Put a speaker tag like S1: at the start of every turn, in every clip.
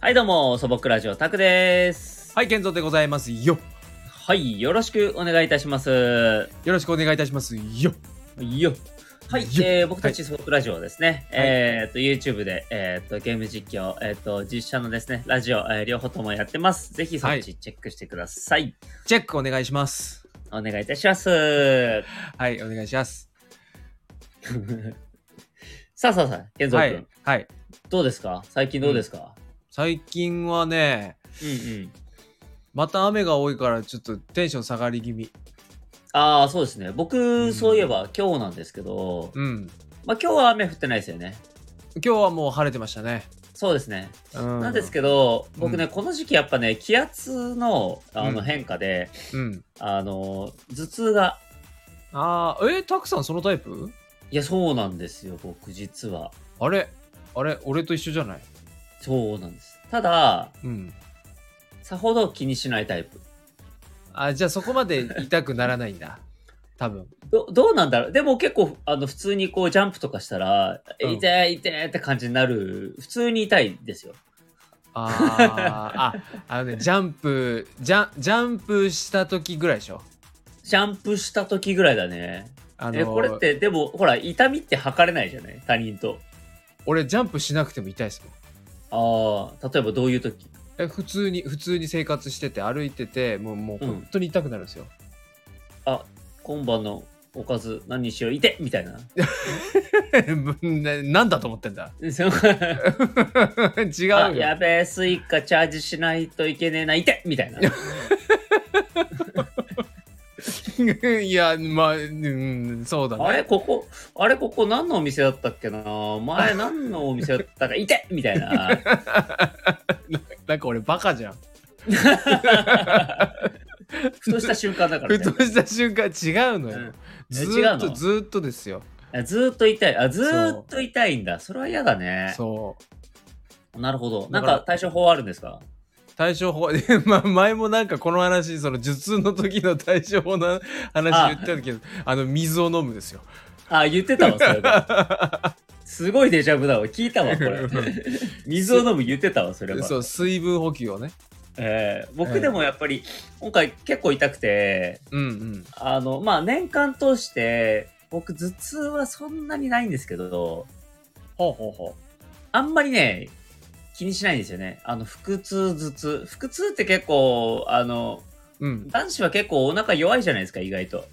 S1: はい、どうも、素朴ラジオ、タクです。
S2: はい、健三でございますよ。
S1: はい、よろしくお願いいたします。
S2: よろしくお願いいたしますよ。
S1: よはい、
S2: よ
S1: えー僕たち素朴ラジオはですね、えーっと、YouTube で、えーっと、ゲーム実況、えーっと、実写のですね、ラジオ、えー両方ともやってます。ぜひそっ
S2: はい
S1: ちチェックしてください。
S2: チェックお願いします。
S1: お願いいたし ます。
S2: はい、お願いします。
S1: さあさあさあ、健三
S2: は
S1: 君、
S2: い、はい。
S1: どうですか最近どうですか、
S2: 最近はね、
S1: うん、うんうん
S2: また雨が多いからちょっとテンション下がり気味。
S1: ああ、そうですね。僕、
S2: ん
S1: そういえば今日なんですけど、
S2: うん。
S1: まあ今日は雨降ってないですよね。
S2: 今日はもう晴れてましたね。
S1: そうですね。
S2: うん。
S1: なんですけど、
S2: うん
S1: 僕ね、この時期やっぱね、気圧のあの
S2: うん
S1: 変化で、
S2: うん。
S1: あの、頭痛が、
S2: あー、えー、たくさんそのタイプ
S1: いや、そうなんですよ、僕、実は。
S2: あれあれ俺と一緒じゃない
S1: そうなんです。ただ、
S2: うん。
S1: さほど気にしないタイプ。
S2: あ、じゃあそこまで痛くならないんだ。 多分。
S1: どどうなんだろうでも結構、あの、普通にこう、ジャンプとかしたら、え
S2: うん
S1: 痛い痛いって感じになる、普通に痛いですよ。
S2: あーあ、あのね、ジャンプ、ジャンジャンプした時ぐらいでしょ。
S1: ジャンプした時ぐらいだね。
S2: あの
S1: え、これって、でも、ほら、痛みって測れないじゃない他人と。
S2: 俺ジャンプしなくても痛いですも
S1: あ
S2: ん
S1: あ、例えばどういう時
S2: え普通に普通に生活してて歩いててもうもう
S1: うん
S2: 本当に痛くなるんですよ、
S1: 今晩のおかず何にしよういてみたいな。
S2: ななんだと思ってんだ
S1: そう
S2: 違う
S1: あ
S2: よ
S1: やべえ、スイカチャージしないといけねえな、いてみた いな。
S2: いやまあ、うん、そうだ
S1: あれ
S2: ね
S1: ここ、あれここ何のお店だったっけな前何のお店だったか、いてみたいな。
S2: なんか俺バカじゃん
S1: ふとした瞬間だから、
S2: ふ
S1: ね
S2: とした瞬間違うのよ、
S1: うん
S2: ず
S1: え違
S2: ー
S1: う
S2: っと
S1: の
S2: ずーっとですよ
S1: あ。ずーっと痛い。あ、ずーっと痛いんだ。それは嫌だね。
S2: そう
S1: なるほど。な
S2: だ
S1: ん
S2: から
S1: か対処法あるんですか
S2: 対処法 まあ前もなんかこの話その頭痛の時の対処法の
S1: あ
S2: 話言ったけどあの水を飲むですよ
S1: あ、言ってたわ、それは。 すごいデジャブだわ。聞いたわ、これ。水を飲む言ってたわ、それは。
S2: そう水分補給をね
S1: えー僕でもやっぱり、今回結構痛くて、
S2: うんうん
S1: あの、まあ、年間通して、僕、頭痛はそんなにないんですけど、
S2: ほうほうほ
S1: あんまりね、気にしないんですよね。あの、腹痛、頭痛。腹痛って結構、あの、
S2: う。うん。
S1: 男子は結構お腹弱いじゃないですか、意外と。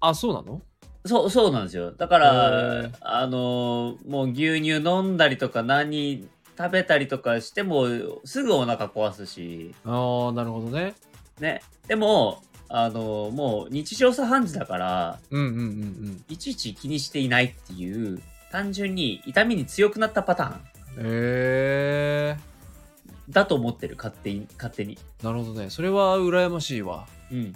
S2: あ、そうなの
S1: そう、そうなんですよ。だか
S2: へ
S1: ら
S2: ー、
S1: あの、もう牛乳飲んだりとか、何食べたりとかしても、すぐお腹壊すし、
S2: ああ、なるほどね。
S1: ね。でも、あの、もう日常茶飯事だから、
S2: うんうんうん
S1: いちいち気にしていないっていう、単純に痛みに強くなったパターン
S2: うん。へえ
S1: だと思ってる、勝手に、勝手に。
S2: ー。なるほどね。それは羨ましいわ。
S1: うん。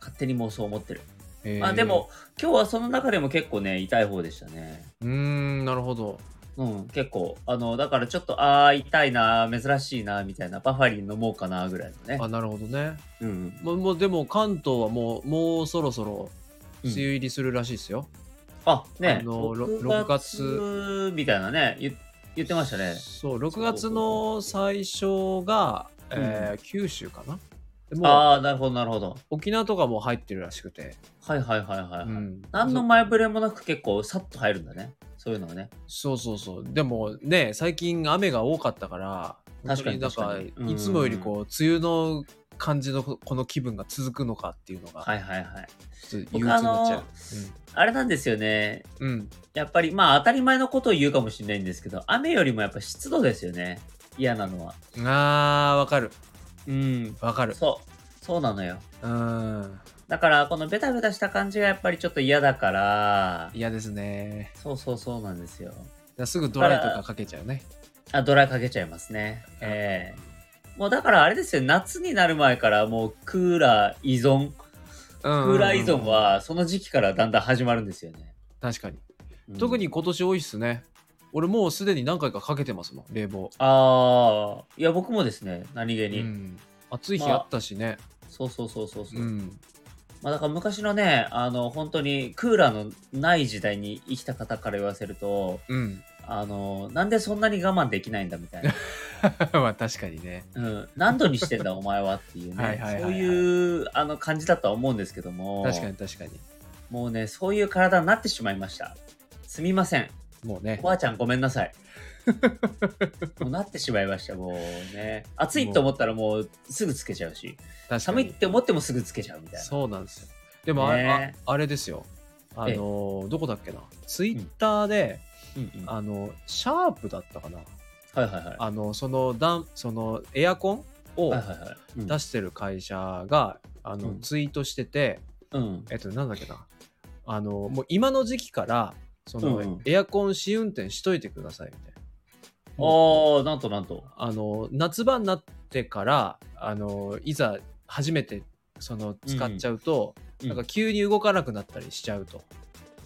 S1: 勝手にもうそう思ってる。
S2: へー
S1: まあで。も、今日はその中でも結構ね、痛い方でしたね。
S2: うーん、なるほど。
S1: うん、結構。あの、だからちょっと、ああ、痛いな、珍しいな、みたいな、バファリン飲もうかな、ぐらいのね。
S2: あ、なるほどね。
S1: うん。
S2: もう、もうでも関東はもう、もうそろそろ梅雨入りするらしいですよ。
S1: あ、ね、
S2: あのろ
S1: 6
S2: 6
S1: 月みたいなね、言言ってましたね。
S2: そう、6月の最初が、えー九州かな。でもう
S1: ああ、なるほど、なるほど。
S2: 沖縄とかも入ってるらしくて。
S1: はいはいはいはい、はい
S2: うん
S1: 何の前触れもなく結構、さっと入るんだね。そういうのがね。
S2: そうそうそうでもね最近雨が多かったから
S1: 確かに
S2: 本当なん
S1: 確かに
S2: いつもよりこう梅雨の感じのここの気分が続くのかっていうのが
S1: はいはいはい。
S2: ちょっと憂鬱になっちゃう、
S1: あれなんですよね。
S2: うんうん
S1: やっぱり、まあ当たり前のことを言うかもしれないんですけど、雨よりもやっぱ湿度ですよね。嫌なのは。
S2: あーわかる
S1: うん。
S2: わかる
S1: そう。そうなのよ。
S2: うん
S1: だから、このベタベタした感じがやっぱりちょっと嫌だから、
S2: 嫌ですね
S1: そうそうそうなんですよ。
S2: だからすぐドライとかかけちゃうね
S1: あ、ドライかけちゃいますね。ええもうだからあれですよ、夏になる前からもうクーラー依存、
S2: ク
S1: クーラー依存はその時期からだんだん始まるんですよね。
S2: 確かに
S1: うん
S2: 特に今年多いっすね俺もうすでに何回かかけてますもん冷房、
S1: ああ、いや僕もですね、何気
S2: う
S1: に。
S2: ん暑い日あったしね、
S1: そうそうそうそうそう。
S2: うん
S1: まあだから昔のね、あの本当にクーラーのない時代に生きた方から言わせると、
S2: うん
S1: あの、なんでそんなに我慢できないんだみたいな。
S2: まあ確かにね。
S1: うん、何度にしてんだお前はっていう
S2: はい
S1: ね
S2: はいはいはい
S1: そういうあの感じだとは思うんですけども
S2: 確かに確かに。
S1: もうねそういう体になってしまいましたすみません
S2: もうね
S1: お。ばあちゃんごめんなさ いもうなってしまいましたもうね暑いと思ったらもうすぐつけちゃうし
S2: 確か
S1: 寒いっ
S2: に。
S1: て思ってもすぐつけちゃうみたいな
S2: そうなんですよ。でもあ,、
S1: ね
S2: ああれですよ。あのーどこだっけな。ツイッターで、
S1: うんうんは
S2: あのシャープだったかな。
S1: いはいはい
S2: あのそのだんそのエアコンを
S1: はいはいはいうん
S2: 出してる会社が、あの
S1: うん
S2: ツイートしてて、
S1: うん
S2: えっとなんだっけな。あのもう今の時期からその、
S1: うんうん
S2: エアコン試運転しといてくださいみたいな。
S1: ああなんとなんと
S2: あの夏場になってからあのいざ初めてその使っちゃうと、
S1: うん
S2: なんか急に動かなくなったりしちゃうと、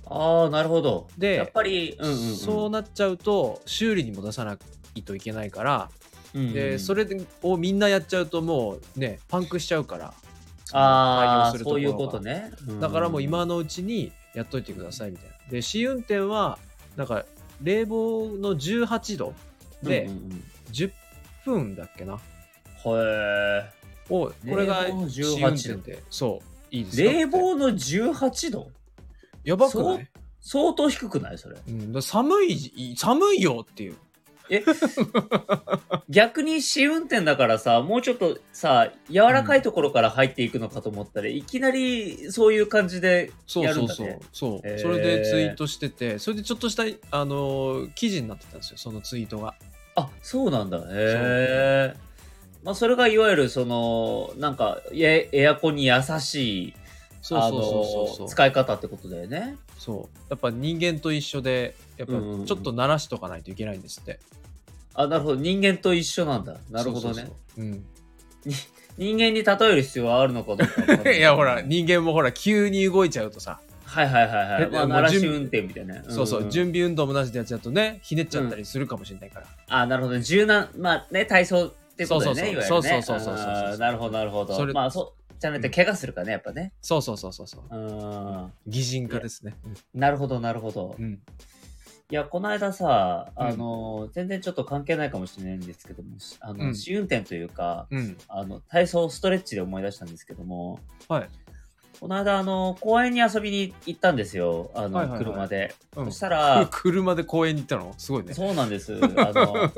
S1: ああなるほど
S2: で
S1: やっぱりうんうんうん
S2: そうなっちゃうと修理にも出さないといけないから、
S1: うんうん
S2: でそれをみんなやっちゃうともうねパンクしちゃうから
S1: ああ
S2: こ
S1: そ
S2: ろ
S1: う
S2: が
S1: いうことね
S2: だからもう今
S1: の
S2: のうちにやっといてくださいみたいなで試運転はなんか冷房の18度で10分だっけな、
S1: へえ
S2: をこれが
S1: 冷房の
S2: 試
S1: 18
S2: 運転でそういいですよ
S1: 冷房の18度
S2: やばくな
S1: そ
S2: いう
S1: 相当低くないそれ
S2: うん、だ寒い、寒いよっていう。
S1: え逆に試運転だからさもうちょっとさ柔らかいところから入っていくのかと思ったら、いきなりそういう感じで
S2: そう
S1: やる
S2: そ
S1: ん
S2: う
S1: だ
S2: そう。
S1: ね
S2: そう、
S1: へー
S2: それでツイートしてて、それでちょっとした、あのー記事になってたんですよ、そのツイートが。
S1: あそうなんだへえまあそれがいわゆるそのなんかエエアコンに優しい
S2: そうそ
S1: あ
S2: うそうそう
S1: の
S2: そう。
S1: 使い方ってことだよね
S2: そう。やっぱ人間と一緒で、やっぱ
S1: うんうん
S2: ちょっと慣らしとかないといけないんですって。
S1: あなるほど人間と一緒なんだなるほどね
S2: そうそうそう。うん。
S1: 人間に例える必要はあるのかどうかわかんな
S2: いや、ほら、人間もほら、急に動いちゃうとさ、
S1: はいはいはいはい。
S2: え
S1: まあ、
S2: もう
S1: 鳴らし
S2: 準備
S1: 運転みたいなね。
S2: そうそう、
S1: んん
S2: 準備運動もなしでやっちゃうとね、ひねっちゃったりするかもしれないから。
S1: あ、なるほど。柔軟、まあね、体操ってことだよね、いわ
S2: そうそうそう
S1: ゆるね。
S2: そうそうそうそうそう
S1: あーなるほど、なるほ
S2: そ
S1: ど。
S2: れ
S1: まあ、そう、じゃなくて、怪我するからね、やっぱね。
S2: そうそうそうそうそう。
S1: うん。
S2: 擬人化ですね。うん
S1: なるほど、なるほど。
S2: う
S1: い
S2: ん。
S1: や、この間さ、
S2: うん
S1: あの、全然ちょっと関係ないかもしれないんですけども、しあの、
S2: うん
S1: 試運転というか、
S2: うん。
S1: あの、体操ストレッチで思い出したんですけども、
S2: はい。
S1: この間、あの、公園に遊びに行ったんですよ、あの、
S2: はいはいはい
S1: 車で。
S2: うん、
S1: そしたら
S2: 車で公園に行ったのすごいね。
S1: そうなんです。あの、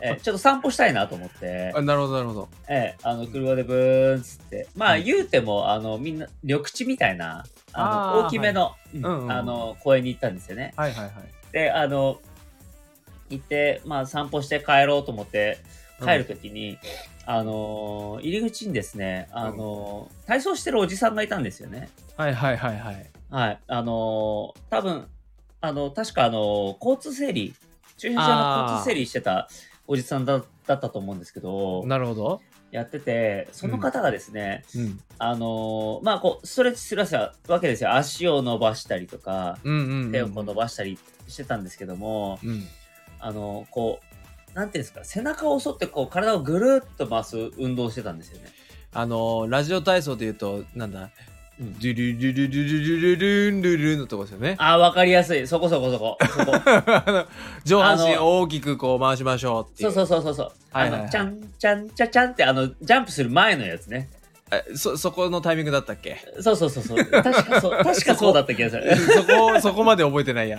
S1: えちょっと散歩したいなと思って
S2: あ、なるほど、なるほど。
S1: ええ、あの車でブーンっつって、ま
S2: う
S1: あ
S2: ん
S1: 言うても、あのみんな緑地みたいな、あ
S2: あー
S1: の大きめの、うん
S2: うんうん
S1: あの公園に行ったんですよね。
S2: はいはいはい。
S1: で、あの行って、まあ散歩して帰ろうと思って、帰るときに、あのー入り口にですね、あのー体操してるおじさんがいたんですよね。
S2: はいはいはいはい。
S1: はい、あのー多分あの確かあの交通整理、駐車場の交通整理してたおじさんだだったと思うんですけど、
S2: なるほど。
S1: やってて、その方がですね、
S2: うん。
S1: あのーまあこうストレッチするわけですよ足を伸ばしたりとか
S2: うんうん、うん。
S1: 手をこう伸ばしたりしてたんですけども、
S2: うん。
S1: あのーこうなんていうんですか背中を沿ってこう体をぐるっと回す運動をしてたんですよね。
S2: あのー、ラジオ体操で言うと、なんだ、
S1: うん
S2: ドゥルルルルルルルルンルルンのとこですよね。
S1: あーわかりやすいそこそこそこそこ
S2: あの 上半身
S1: あの
S2: 大きくこう回しましょうってい。
S1: そううそうそうそうそう
S2: は
S1: あ
S2: いはいはい
S1: のちゃんちゃんちゃちゃんってあのジャンプする前のやつね
S2: えそそこのタイミングだったっ け
S1: そうそうそうそう確かそう確かそうだった気がする
S2: そこ、そこまで覚えてないや。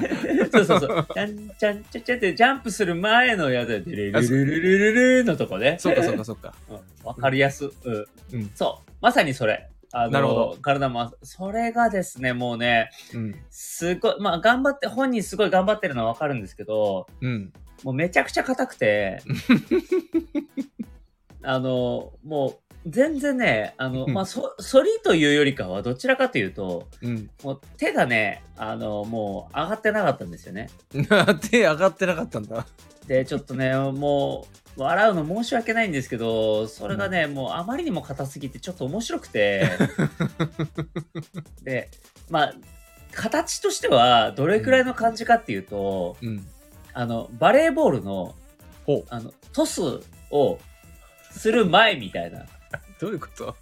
S1: そうそうそうちゃんちゃんちゃちゃんってジャンプする前のやつでルルルルルルルのとこね
S2: そっかそっかそっか。
S1: うんわかりやす、うん
S2: うん
S1: そうまさにそれあの
S2: なるほど
S1: 体もそれがですねもうね
S2: うん。
S1: すごいまあ頑張って本人すごい頑張ってるのはわかるんですけど
S2: うん。
S1: もうめちゃくちゃ硬く てあのもう全然ねあの、
S2: うん
S1: まあそ反りというよりかはどちらかというと
S2: うん。
S1: もう手がねあのもう上がってなかったんですよね
S2: 手上がってなかったんだ。
S1: でちょっとねもう笑うの申し訳ないんですけどそれがね、もうあまりにも硬すぎてちょっと面白く てでまあ形としてはどれくらいの感じかっていうと、
S2: うん。
S1: あのバレーボールの
S2: ほう。
S1: あのトスをする前みたいな。
S2: どういうこと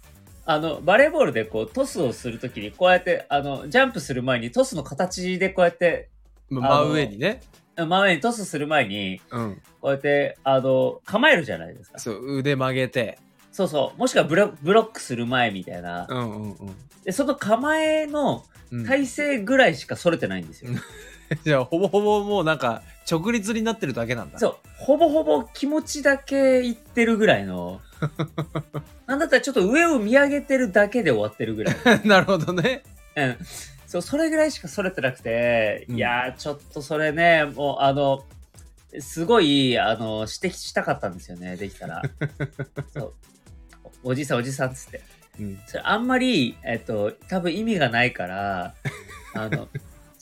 S1: あのバレーボールでこうトスをするときにこうやってあのジャンプする前にトスの形でこうやって
S2: ま
S1: あ
S2: 真
S1: の
S2: 上にね。
S1: う真上にトスする前に、
S2: うん。
S1: こうやって、あの、構えるじゃないですか。
S2: そう、腕曲げて。
S1: そうそう。もしくはブロブロックする前みたいな
S2: う。んうんうん
S1: で、その構えの
S2: うん。
S1: 体勢ぐらいしかそれてないんですよ。
S2: じゃあ、ほぼほぼもうなんか、直立になってるだけなんだ。
S1: そう。ほぼほぼ気持ちだけいってるぐらい の。なんだったらちょっと上を見上げてるだけで終わってるぐらい。
S2: なるほどね。
S1: うん。そう、それぐらいしかそれてなくて、
S2: うん
S1: いやー、ちょっとそれね、もう、あの、すごい、あの、指摘したかったんですよね、できた ら。そう。おじさん、おじさんっつって。
S2: うん。
S1: それあんまり、えっと、多分意味がないから、あの、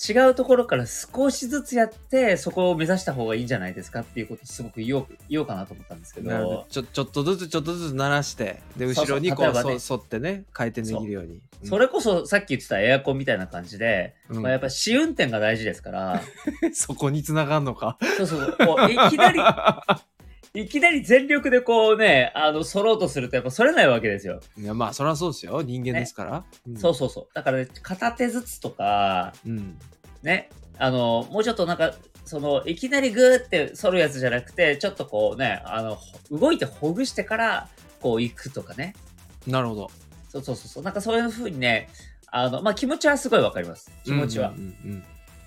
S1: 違うところから少しずつやって、そこを目指した方がいいんじゃないですかっていうことすごく言おう、言おうかなと思ったんですけ
S2: なるほど
S1: ど、
S2: ちょちょっとずつちょっとずつ鳴らしてで
S1: そうそう
S2: 後ろにこ
S1: 例
S2: う
S1: えば
S2: そ
S1: ね
S2: 沿ってね回転できるようにうん
S1: それこそさっき言ってたエアコンみたいな感じで、
S2: うん
S1: まあ、やっぱ試運転が大事ですから、
S2: そこに繋がんのか
S1: そうそう、こういきなり、いきなり全力でこうね、あの、揃おうとするとやっぱ揃えないわけですよ。
S2: いやまあそりゃそうですよ人間ですから、うん
S1: そうそうそう。だからね、片手ずつとか、
S2: うん
S1: ね、あの、もうちょっとなんか、その、いきなりグーって揃うやつじゃなくて、ちょっとこうね、あの、ほ動いてほぐしてから、こう行くとかね。
S2: なるほど
S1: そうそうそうそう。なんかそういう風にね、あの、まあ、気持ちはすごいわかります。気持ちは。
S2: うんうん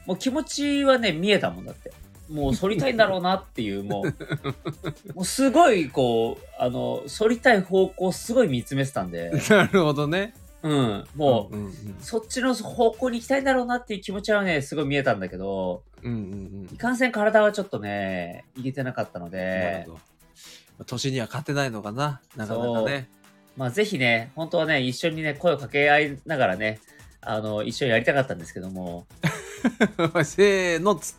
S1: もう気持ちはね、見えたもんだって。もう反りたいんだろうなっていう、も う、もうすごい、こう、あの、反りたい方向をすごい見つめてたんで
S2: うん、なるほどね
S1: うん、もう、
S2: うんうん
S1: そっちの方向に行きたいんだろうなっていう気持ちはね、すごい見えたんだけど、
S2: うんうんうん
S1: いかんせん体はちょっとね、いけてなかったの
S2: なる
S1: で
S2: ほ、どまあ年には勝てないのかななかなかね
S1: まあぜひね、本当はね、一緒にね、声を掛け合いながらね、あの、一緒にやりたかったんですけども、
S2: せーのっつっ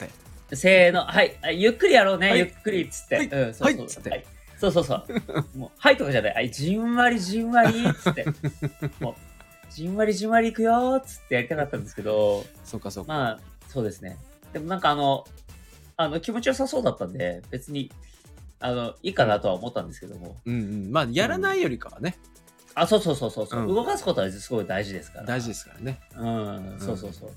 S2: て
S1: せーの、はい、あゆっくりやろうね、
S2: はい
S1: ゆっくりっつって。
S2: はい
S1: うん、そうそ
S2: は
S1: う
S2: いっつ
S1: そ
S2: っ
S1: う。
S2: て
S1: はいそうそう そう。もう、はいとかじゃない。あじんわりじんわりっつって。もう、じんわりじんわりいくよーっつってやりたかったんですけど、
S2: そうかそうか、
S1: まあ、そうですね。でもなんかあの、あの、気持ちよさそうだったんで、別に、あの、いいかなとは思ったんですけども。
S2: うんうんまあやらないよりかはね、
S1: あ、そうそうそうそうそう、
S2: うん
S1: 動かすことはすごい大事ですから。。
S2: 大事ですすからね
S1: うん、そうそうそう。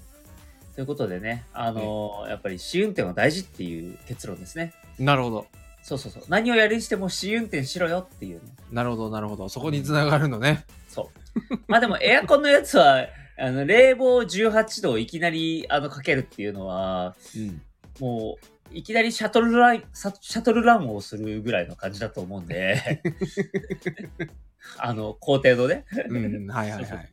S1: ということでね、あのやっぱり試運転は大事っていう結論ですね。
S2: なるほど
S1: そうそうそう。何をやるにしても試運転しろよっていうね。
S2: なるほどなるほどそこに繋がるのね
S1: そう。まあでもエアコンのやつは、あの冷房18度をいきなりあのかけるっていうのは、
S2: うん
S1: もういきなりシャトルラン、シャシャトルランをするぐらいの感じだと思うん で、あの、工程のね、
S2: うん はいはい
S1: そう
S2: は
S1: そ
S2: い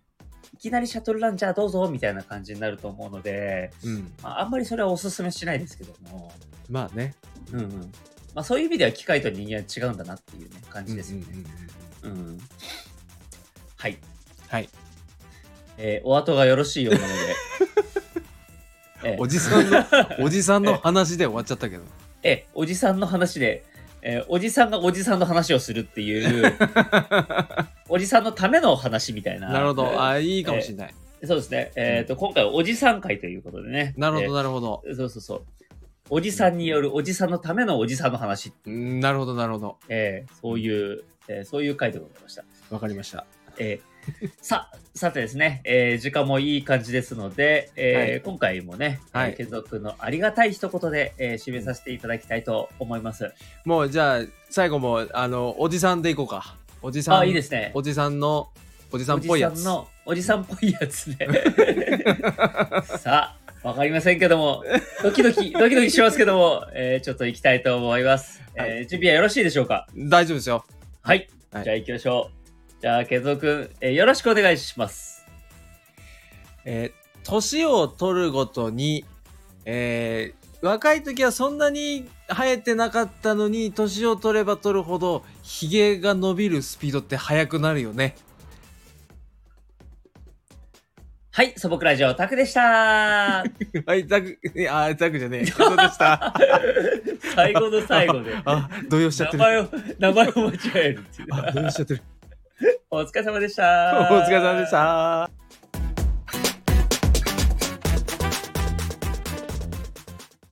S1: いきなりシャトルランじゃあどうぞみたいな感じになると思うので、
S2: うん
S1: まあ、あんまりそれはおすすめしないですけども、
S2: まあね
S1: うんうん。まあそういう意味では機械と人間は違うんだなっていうね、感じですよね。
S2: うんうんうんうん
S1: うん。はい。
S2: はい
S1: えーお後がよろしいような ので。え
S2: お
S1: ー
S2: じさ んのおじさんの話で終わっちゃったけど
S1: えーおじさんの話で、えーおじさんがおじさんの話をするって いう、おじさんのための話みたいな。
S2: なるほ
S1: え
S2: ど
S1: ー
S2: あいいかもしれない、
S1: そうですね。えっ、と、今回はおじさん会ということでね。
S2: なるほどなるほど、
S1: えーそうそうそう。おじさんによるおじさんのためのおじさんの話。
S2: うんなるほどなるほど
S1: えーそういう、えーそういう回でございました。
S2: わかりました
S1: えー さ、さてですね、えー時間もいい感じですので、えー
S2: はい
S1: 今回もね、
S2: はい
S1: えー、ケンゾー君のありがたい一言で、えー締めさせていただきたいと思います。
S2: もうじゃあ最後もあのおじさんでいこうかおじさん
S1: あ、いいですね。
S2: おじさんのおじさんっぽいやつ
S1: の、おじさんっぽいやつね。さあ、わかりませんけども、ドキドキ、ドキドキしますけども、えーちょっと行きたいと思います。えー
S2: は
S1: 準備はよろしいでしょうか
S2: 大丈夫ですよ
S1: はい。
S2: はい
S1: じゃあ行きましょう。じゃあ、ケンゾー君、えーよろしくお願いします。
S2: えー年を取るごとに、えー若い時はそんなに生えてなかったのに年を取れば取るほどひげが伸びるスピードって速くなるよね
S1: はい、素朴ラジオ、タクでした。
S2: はいザクあーザクじゃねえそうでした
S1: 最後の最後で。
S2: あ動揺しちゃっ
S1: 名
S2: てる
S1: 前を、名前を間違えるっていう。
S2: あ動揺しちゃってる
S1: お疲れ様でした。
S2: お疲れ様でした